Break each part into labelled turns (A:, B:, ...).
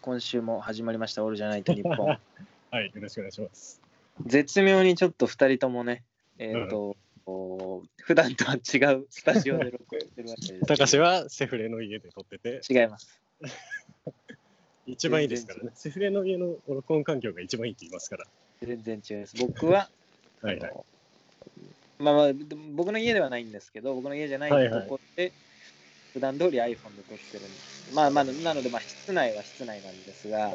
A: 今週も始まりました「オールじゃないと日本
B: はい、よろしくお願いします。」
A: 絶妙にちょっと2人ともねえっ、と、こう普段とは違うスタジオで録音してるわけです
B: たかしはセフレの家で撮ってて、
A: 違います
B: 一番いいですからね。セフレの家の録音環境が一番いいって言いますから。
A: 全然違います僕は
B: はいはい。
A: まあまあでも僕の家ではないんですけど僕の家じゃない
B: はいはい
A: とこで、普段通り iPhone で撮ってるんですまあまあなのでまあ室内は室内なんですが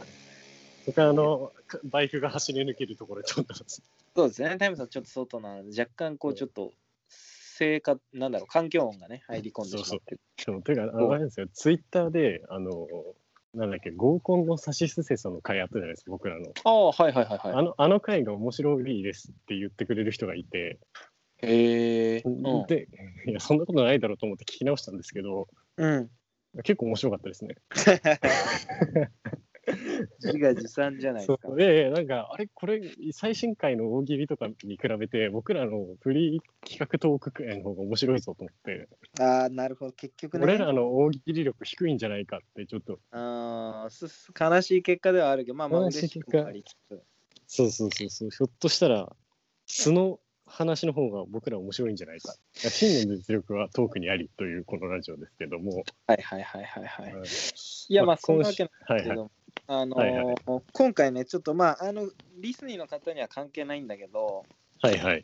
B: そこからあの、かバイクが走り抜けるところで撮ったんです。
A: そうですねタイムさんちょっと外なので若干こうちょっと生活なんだろう環境音がね入り込んでしまってる
B: でも、てか、あのあれですよ、ツイッターで、あの、なんだっけ、合コンのサシスセソの会あったじゃないですか、僕らの。
A: ああはいはいはいは
B: あのあの回が面白いですって言ってくれる人がいて、
A: いへえうん
B: でいやそんなことないだろうと思って聞き直したんですけど
A: うん
B: 結構面白かったですね。
A: 自画自賛じゃないですか
B: そうでなんかあれこれ最新回の大喜利とかに比べて僕らのフリー企画トーク会の方が面白いぞと思って
A: ああなるほど結局ね
B: 俺らの大喜利力低いんじゃないかってちょっと
A: あーすす悲しい結果ではあるけどまあまあ
B: 悲
A: 嬉
B: しい
A: し
B: 結
A: く
B: 果
A: もありつつ
B: そうそうそうそうひょっとしたら素の話の方が僕ら面白いんじゃないかいや真の実力はトークにありというこのラジオですけども、
A: はいはいはいはいはい、
B: うん
A: いやまあ
B: こ
A: そんなわけ
B: は
A: ない
B: い
A: け
B: はい
A: どあのー
B: はいは
A: 今回ねちょっとまああのリスニーの方には関係ないんだけど
B: はいはい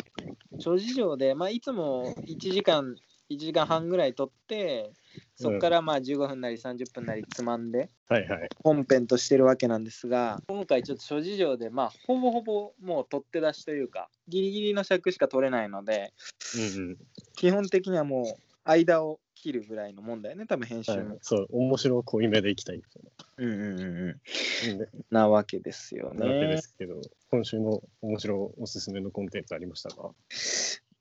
A: 諸事情でまあいつも1時間1時間半ぐらい撮ってそこからまあ15分なり30分なりつまんで
B: はいはい
A: 本編としてるわけなんですが今回ちょっと諸事情でまあほぼほぼもう取って出しというかギリギリの尺しか取れないので
B: うんうん
A: 基本的にはもう間を切るぐらいのもんだよね多分編集
B: はい
A: も、
B: そう面白濃いめでいきたいんですよね
A: うんうんうんうん
B: うんで
A: なわけですよ
B: なわけで
A: ね
B: すけど、今週の面白おすすめのコンテンツありましたか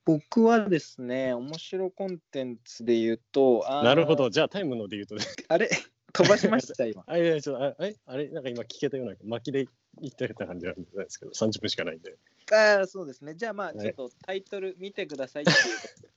A: 僕はですね面白コンテンツで言うとあー
B: なるほど、じゃあタイムので言うと、
A: あれ 飛ばしました今
B: あいやいやちょっとああれあれ、なんか今聞けたような、巻きで言ってた感じなんですけど、30分しかないんで。
A: ああそうですねじゃあまあ
B: い
A: ちょっとタイトル見てくださいっていう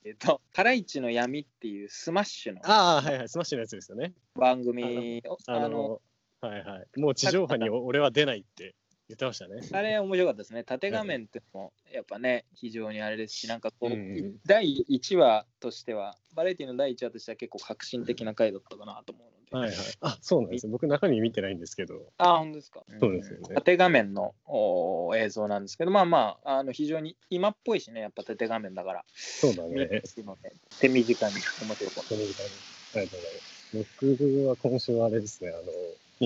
A: えっと「ハライチの闇」っていうスマッシュの
B: ああ、はいはい、スマッシュのやつですよね。
A: 番組を
B: あの、
A: あの
B: はいはい、もう地上波に俺は出ないって言ってましたね。
A: あれ面白かったですね。縦画面ってのもやっぱね、非常にあれですし、なんかこう、
B: うん
A: 第1話としては、バラエティの第1話としては結構革新的な回だったかなと思うので。
B: はいはい。あそうなんですよ。僕、中身見てないんですけど、
A: あ、本当ですか。
B: そうですよね
A: ん縦画面のおー映像なんですけど、まあまあ、あの非常に今っぽいしね、やっぱ縦画面だから。
B: そうだね。
A: 見るので手短に面白かった。
B: この時間にありがとうございます。僕は今週はあれですね、あの、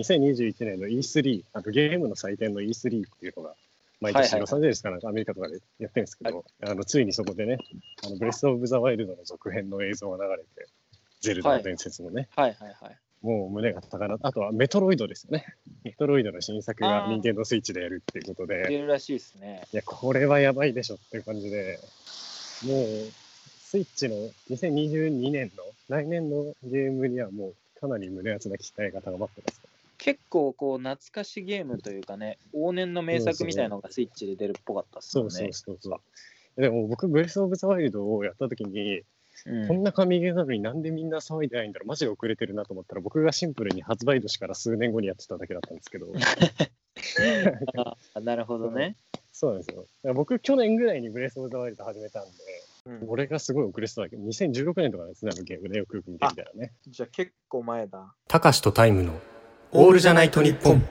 B: 2021年の E3、あとゲームの祭典の E3 っていうのが、毎
A: はいはいはい
B: 年ロサンゼルスかなんかアメリカとかでやってるんですけど、あのついにそこでね、あのブレス・オブ・ザ・ワイルドの続編の映像が流れて、ゼルダの伝説のね、
A: はいはいはい。
B: もう胸が高鳴っあとはメトロイドですよね。メトロイドの新作が
A: あー
B: 任天堂スイッチでやるっていうことで、
A: 出るらしいですね。
B: いや、これはやばいでしょっていう感じで、もう、スイッチの2022年の、来年のゲームにはもう、かなり胸熱な期待が高まってます。
A: 結構こう懐かしゲームというかね、往年の名作みたいのがスイッチで出るっぽかったっす
B: そ
A: よ
B: うそ
A: ね
B: う。そうそう。でも僕、ブレス・オブ・ザ・ワイルドをやった時に、
A: うん
B: こんな神ゲーなのになんでみんな騒いでないんだろう、マジで遅れてるなと思ったら、僕がシンプルに発売年から数年後にやってただけだったんですけど、
A: あなるほどね。
B: そうなんですよ。だから僕、去年ぐらいにブレス・オブ・ザ・ワイルド始めたんで、
A: うん
B: 俺がすごい遅れてただけ、2016年とかなんですね、あのゲームね、よくよく見てみたらね。
A: じゃあ結構前だ。
C: たかしとタイムのオールじゃないと日本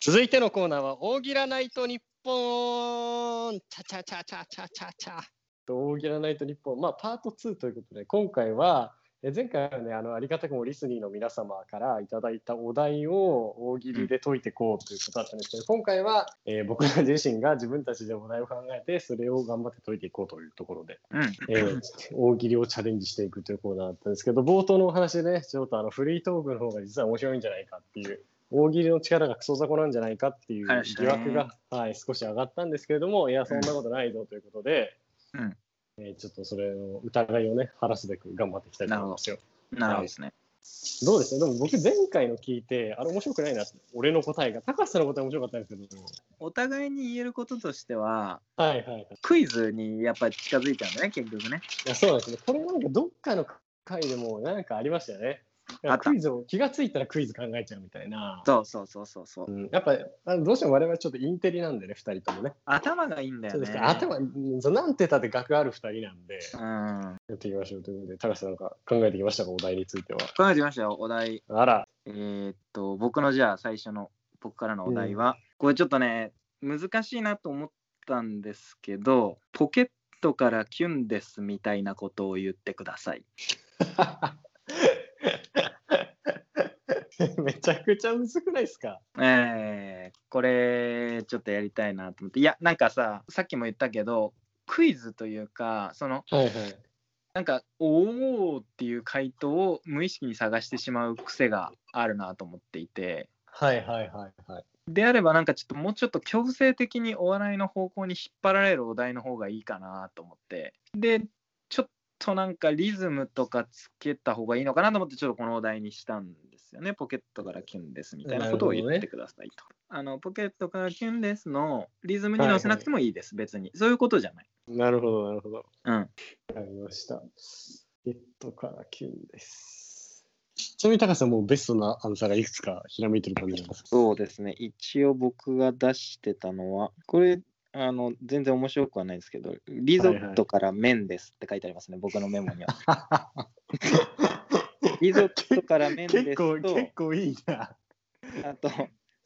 B: 続いてのコーナーは「大喜らないと日本」チャチャチャチャチャチャチャ大喜らないと日本まあパート2ということで今回はえ前回はねあのありがたくもリスニーの皆様からいただいたお題を大喜利で解いていこうということだったんですけど、今回は、えー僕ら自身が自分たちでお題を考えてそれを頑張って解いていこうというところで、
A: うん。
B: えー大喜利をチャレンジしていくというコーナーだったんですけど冒頭のお話でねちょっとあのフリートークの方が実は面白いんじゃないかっていう大喜利の力がクソ雑魚なんじゃないかっていう
A: ありました
B: 疑
A: ね
B: 惑が、はい、少し上がったんですけれどもいやそんなことないぞということで、
A: うん
B: えーちょっとそれの疑いをね、晴らすべく頑張っていきたいと思いますよ。
A: なるほどですね。
B: どうでしたでも僕、前回の聞いて、あれ面白くないなって、俺の答えが、高橋さんの答え面白かったんですけど、
A: お互いに言えることとしては、
B: はいはいはい。
A: クイズにやっぱり近づいたんだね、結局ね。
B: いやそうなんですね。これなんかどっかの回でもなんかありましたよね。
A: あった
B: クイズを気がついたらクイズ考えちゃうみたいな。
A: そうそうそうそうそうう。
B: ん、やっぱあのどうしても我々ちょっとインテリなんでね、2人ともね。
A: 頭がいいんだ
B: そ
A: よ
B: うで
A: ね
B: す。か頭、うんそうなんて言ったって学ある2人なんで、
A: うん。
B: やっていきましょうということで、高橋さんなんか考えてきましたか、お題については。
A: 考えてみましたよ、お題。
B: あら、
A: えーっと、僕のじゃあ最初の、僕からのお題は、これちょっとね、難しいなと思ったんですけど、ポケットからキュンですみたいなことを言ってください。
B: めちゃくちゃむずくないですか
A: えー、これちょっとやりたいなと思っていやなんかささっきも言ったけどクイズというかその
B: はいはい。
A: なんか「おお」っていう回答を無意識に探してしまう癖があるなと思っていて
B: はいはいはいはい。
A: であればなんかちょっともうちょっと強制的にお笑いの方向に引っ張られるお題の方がいいかなと思ってでちょっとなんかリズムとかつけた方がいいのかなと思ってちょっとこのお題にしたんですよねポケットからキュンですみたいなことを言っ
B: なるほど
A: て
B: ね
A: くださいと、あのポケットからキュンですのリズムに乗せなくてもいいです、別にそういうことじゃない
B: なるほどなるほど。
A: うん
B: わかりました。ゲットからキュンです。ちなみに高橋さんもうベストなアンサーがいくつかひらめいてる感じなんですか
A: そうですね。一応僕が出してたのは、これ、あの、全然面白くはないですけど、リゾットから麺ですって書いてありますね、僕のメモには。リゾットから麺です
B: 結構
A: と、
B: 結構いいな。
A: あと、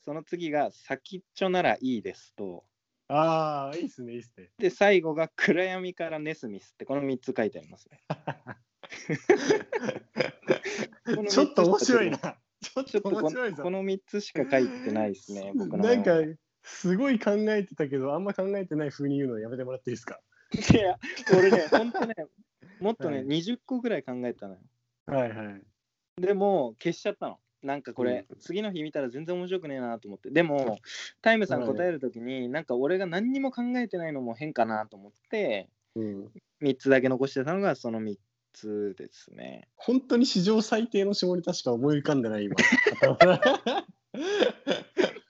A: その次が先っちょならいいですと、
B: ああ、いいっすね、いいっすね。
A: で、最後が暗闇からネスミスって、この3つ書いてあり ますね。この
B: ちょっと面白いな。ちょっ
A: ちょっ
B: と
A: とこ
B: 面白い
A: の
B: ぞ
A: こ。の3つしか書いてないですね、僕の
B: な
A: メ
B: ん
A: モ
B: かすごい考えてたけどあんま考えてない風に言うのやめてもらっていいですか
A: いや、俺ね、ほん とね、もっとね、
B: はい
A: 20個ぐらい考えたのよ。
B: はいはい
A: でも消しちゃったの。なんかこれ、次の日見たら全然面白くねえなと思ってでもタイムさん答える時に、なんか俺が何にも考えてないのも変かなと思って
B: うん
A: 3つだけ残してたのがその3つですね
B: 本当に史上最低の下ネタしか思い浮かんでない今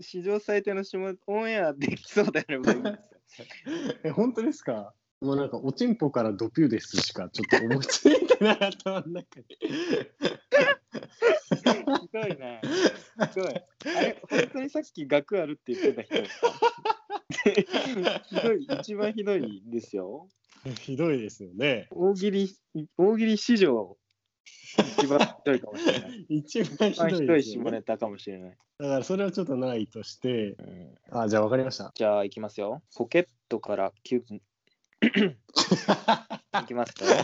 A: 史上最低の下オンエアできそうであればいいんですよ
B: え本当ですかもうなんかおちんぽからドピューですしかちょっと思いついてなかった頭の中に
A: ひどいねひどいあれ本当にさっき額あるって言ってた人ですかひどい一番ひどいですよ
B: ひどいですよね
A: 大喜利大喜利史上一番ひどいかもしれない
B: 一番
A: 一
B: ひ
A: 番ひ
B: どい
A: どい
B: ですよ
A: 下
B: ね
A: ネタかもしれない。
B: だからそれはちょっとないとしてあじゃあわかりました
A: じゃあ、いきますよ。ポケットからキュン。いきます よ。
B: は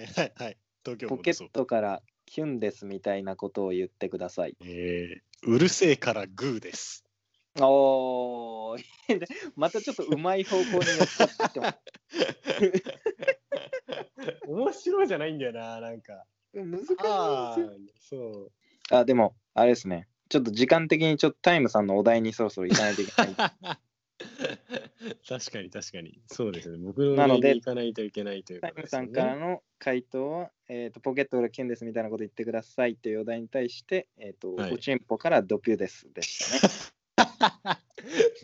B: いはいはい東京
A: ポケットからキュンですみたいなことを言ってください。
B: えーうるせえからグーです。
A: お ー、またちょっとうまい方向に寄っちゃ っても
B: 面白いじゃないんだよな、なんか。
A: 難しい
B: あ
A: ですよ
B: ー そ
A: あ、でも、あれですね。ちょっと時間的にちょっとタイムさんのお題にそろそろ行かないといけな
B: う。
A: い。
B: 確かに確かに。そうですね。僕の
A: なので
B: 上に行かないといけないという
A: タイ
B: こと
A: ム
B: です
A: さ
B: よ
A: ん
B: ね
A: からの回答は、えーと、ポケットからキュンですみたいなこと言ってくださいというお題に対して、えっ、と、
B: はい
A: おちんぽからドピュですでしたね。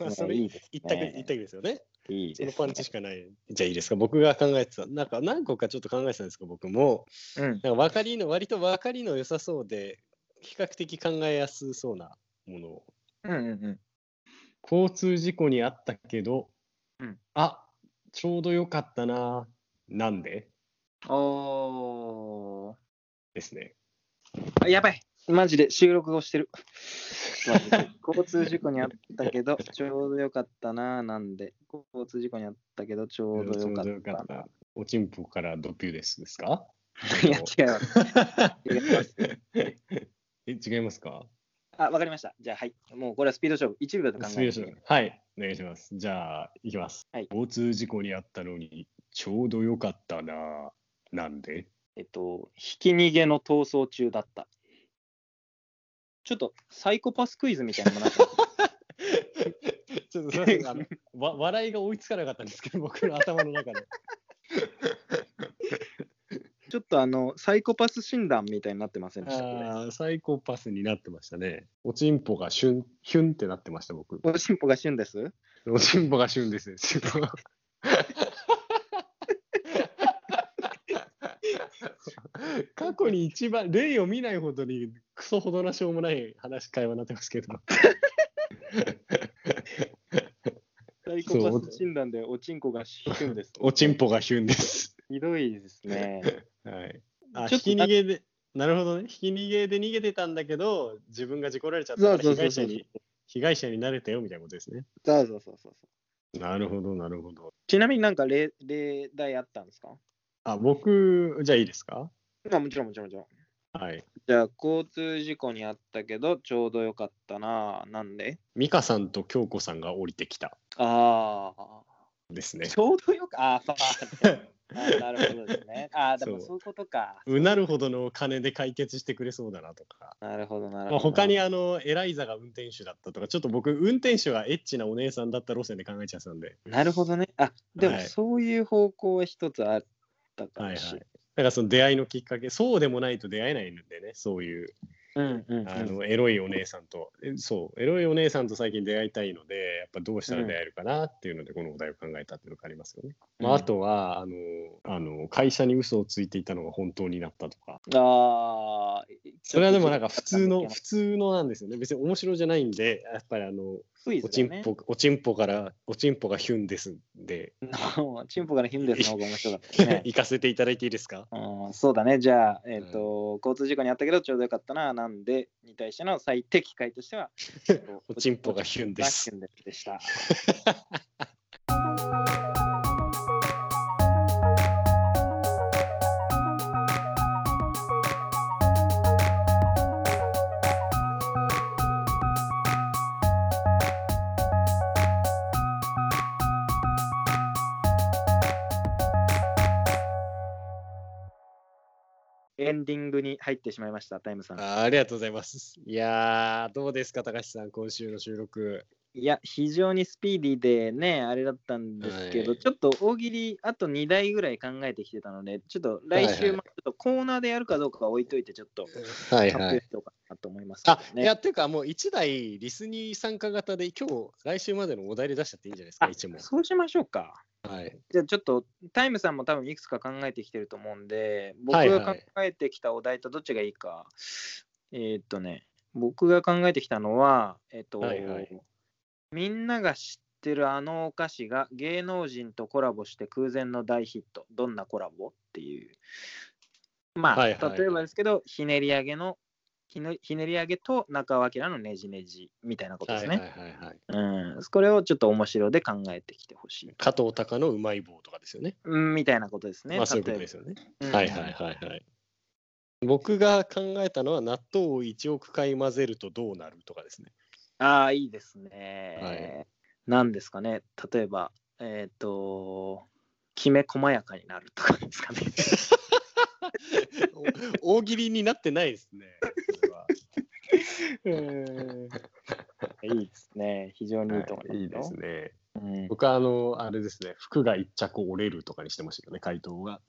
B: まあそれ
A: いいですね。
B: 一択一択ですよね。
A: いい
B: そ
A: で
B: の
A: す
B: パ
A: ね
B: ンチしかない。じゃあいいですか。僕が考えてた。なんか何個かちょっと考えてたんですけど、僕も。
A: うん。
B: なんか分かりの、割と分かりの良さそうで、比較的考えやすそうなものを。
A: うんうんうん。
B: 交通事故にあったけど、
A: うん
B: あちょうどよかったな、なんで
A: お
B: ですね。
A: ー。やばい。マジで収録をして る。マジで交通事故にあったけど、ちょうどよかったな、なんで。交通事故にあったけど、ちょうどよかっ
B: ちょうど
A: た
B: よかったおちんぽからドピューですで すか
A: な。いや、違います。違います。
B: え違いますか
A: あ、わかりました。じゃあ、はい。もうこれはスピード勝負。1秒で考
B: すみ
A: え
B: ま
A: て
B: せ
A: み
B: ん
A: る。
B: はい、お願いします。じゃあ、いきます。
A: はい
B: 交通事故にあったのに、ちょうどよかったな、なんで
A: えっと、ひき逃げの逃走中だった。ちょっとサイコパスクイズみたいなものなってる
B: ちちょっとすいませんあの わ笑いが追いつかなかったんですけど僕の頭の中 で
A: ちょっとあの、サイコパス診断みたいになってませんでしたこれ
B: あーサイコパスになってましたねおちんぽがシュンヒュンってなってました僕
A: お進歩が旬です
B: おちんぽがシュンですねちょっと過去に一番例を見ないほどにクソほどなしょうもない話会話になってますけど
A: サイコパス診断でおちんこが旬です。
B: おちんぽがヒュンです
A: ひどいですね。
B: はいあ
A: ちょ
B: ひ
A: っと
B: き逃げでなるほどねひき逃げで逃げてたんだけど自分が事故られちゃったから
A: そう
B: 被
A: そうそうそ
B: 害者
A: う
B: に被害者になれたよみたいなことですね
A: そうそうそうそう。
B: なるほどなるほど
A: ちなみになんか例例題あったんですか
B: あ僕じゃあいいですか
A: あもちろんもちろんもちろん。
B: はい
A: じゃあ、交通事故にあったけど、ちょうどよかったな。なんで
B: 美香さんと京子さんが降りてきた
A: ああ。
B: ですね
A: ちょうどよかあーま あ、なるほどですね。ああ、でも
B: そう
A: そういうことか。
B: うなるほどの金で解決してくれそうだなとか、
A: なるほど、なる
B: まあ、
A: ほど。
B: 他にあのエライザが運転手だったとかちょっと僕運転手がエッチなお姉さんだった路線で考えちゃってたんで
A: なるほどね。あでも
B: はい
A: そういう方向は一つあったかもしれ
B: だからその出会いのきっかけそうでもないと出会えないんでねそうい
A: な
B: う
A: い。うんうん
B: あのエロいお姉さんとえそうエロいお姉さんと最近出会いたいのでやっぱどうしたら出会えるかなっていうのでこのお題を考えたっていうのがありますよね。まあ、あとはあのあの会社に嘘をついていたのが本当になったとか
A: ああ、
B: それはでもなんか普通の普通のなんですよね別に面白じゃないんでやっぱりあの
A: 通
B: おちんぽおちんぽからおちんぽがヒュンですんで
A: チンポからヒンデスの方が面白かったですね。
B: 行かせていただいていいですか
A: うん、そうだね。じゃあ、えっ、と、交通事故にあったけど、ちょうどよかったな、なんで、に対しての最適解としては、
B: おちんぽがヒュンです
A: おちんぽがヒュンでした。エンディングに入ってしまいました、タイムさん。
B: あーありがとうございますいやーどうですか高橋さん今週の収録
A: いや、非常にスピーディーでね、あれだったんですけど、
B: はい
A: ちょっと大喜利、あと2台ぐらい考えてきてたので、ちょっと来
B: はい
A: 週
B: はい
A: もちょっとコーナーでやるかどうかは置いといて、ちょっと
B: は
A: 発表しようかなと思いますけど
B: あ、
A: ね。
B: いや、っていうか、もう一台リスニー参加型で、今日、来週までのお題で出しちゃっていいんじゃないですか、
A: あ
B: 一問。
A: そうしましょうか。
B: はい。
A: じゃあちょっとタイムさんも多分いくつか考えてきてると思うんで、僕
B: はい
A: が
B: は
A: 考
B: い
A: えてきたお題とどっちがいいか。えーっとね、僕が考えてきたのは、えっと、
B: はいはい
A: みんなが知ってるあのお菓子が芸能人とコラボして空前の大ヒット、どんなコラボっていう。まあ、
B: はいはい
A: 例えばですけど、ひねり上げのひねひねり上げと中尾明のねじねじみたいなことで
B: は
A: す
B: い
A: ね。
B: はいはいはい。
A: うん、これをちょっと面白で考えてきてほしい。
B: 加藤鷹のうまい棒とかですよね。
A: うんみたいなことですね。
B: まあそういうこと
A: 例
B: で
A: え
B: すよね。
A: ば
B: はいはい。はいはい。僕が考えたのは、納豆を1億回混ぜるとどうなるとかで すね。
A: ああ、いいです
B: は
A: ね。何ですかね。例えば、えっ、と、きめ細やかになるとかですかね。
B: お大喜利になってないですね。それは
A: いいですね。非常にいいと思いますよ。
B: いいですね。
A: うん、
B: 僕はあの、あれですね、服が一着折れるとかにしてましたよね、回答が。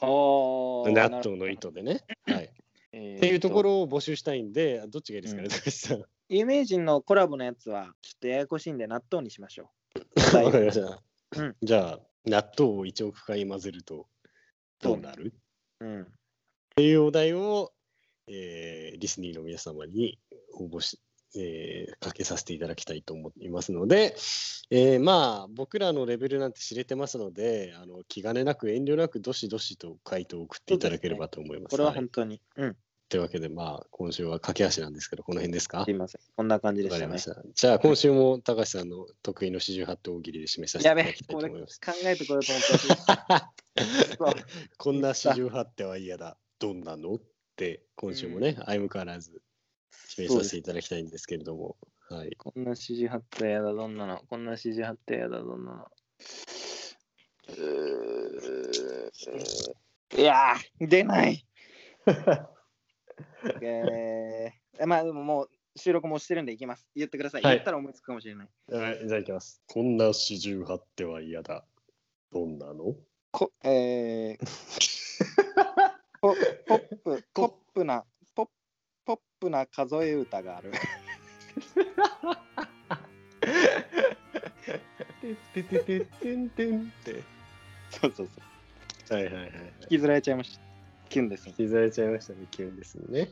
A: おー
B: 納豆の糸でね。はい。
A: えー
B: っていうところを募集したいんで、どっちがいいですかね、
A: うん
B: 高橋さん。
A: 有名人のコラボのやつは、ちょっとややこしいんで、納豆にしましょ う。
B: わかりました。
A: うん
B: じゃあ、納豆を1億回混ぜるとどうなるっ
A: うん、
B: ていうお題を、えーリスニーの皆様に応募し、えーかけさせていただきたいと思いますので、えーまあ、僕らのレベルなんて知れてますので、あの気兼ねなく遠慮なく、どしどしと回答を送っていただければと思います。
A: これは
B: はい
A: 本当に。うん、
B: というわけで、まあ、今週は駆け足なんですけど、この辺ですか
A: すいません。こんな感じで
B: わ
A: し
B: かり
A: た
B: ま
A: ね
B: し。た。じゃあ、今週も高橋さんの得意の四十八手大喜利で示させて
A: や
B: い
A: べ
B: ただ
A: え
B: き、たい
A: ことれ考
B: 思います。
A: えてこようと思ったらそう
B: こんな四十八手は嫌だ。どんなのって、今週もね、相向変わらず示させていただきたいんですけれども。はい。
A: こんな指示貼ったやだ、どんなの。こんな指示貼ったやだ、どんなの。うーいや ー、出ない。えー、まあでももう、収録もしてるんでいきます。言ってください。
B: はい
A: 言ったら思いつくかもしれない。
B: はい、じゃあいきます。
D: こんな四十八手は嫌だ。どんなの
A: こえー、 ポポップ、ポップな、ポッポップな数え歌がある。
B: てててててんてんって。
A: そうそうそう。
D: はいはいはいはい。
A: 引きずられちゃいました。キュンです。
B: 気づいちゃいましたね、急ですね。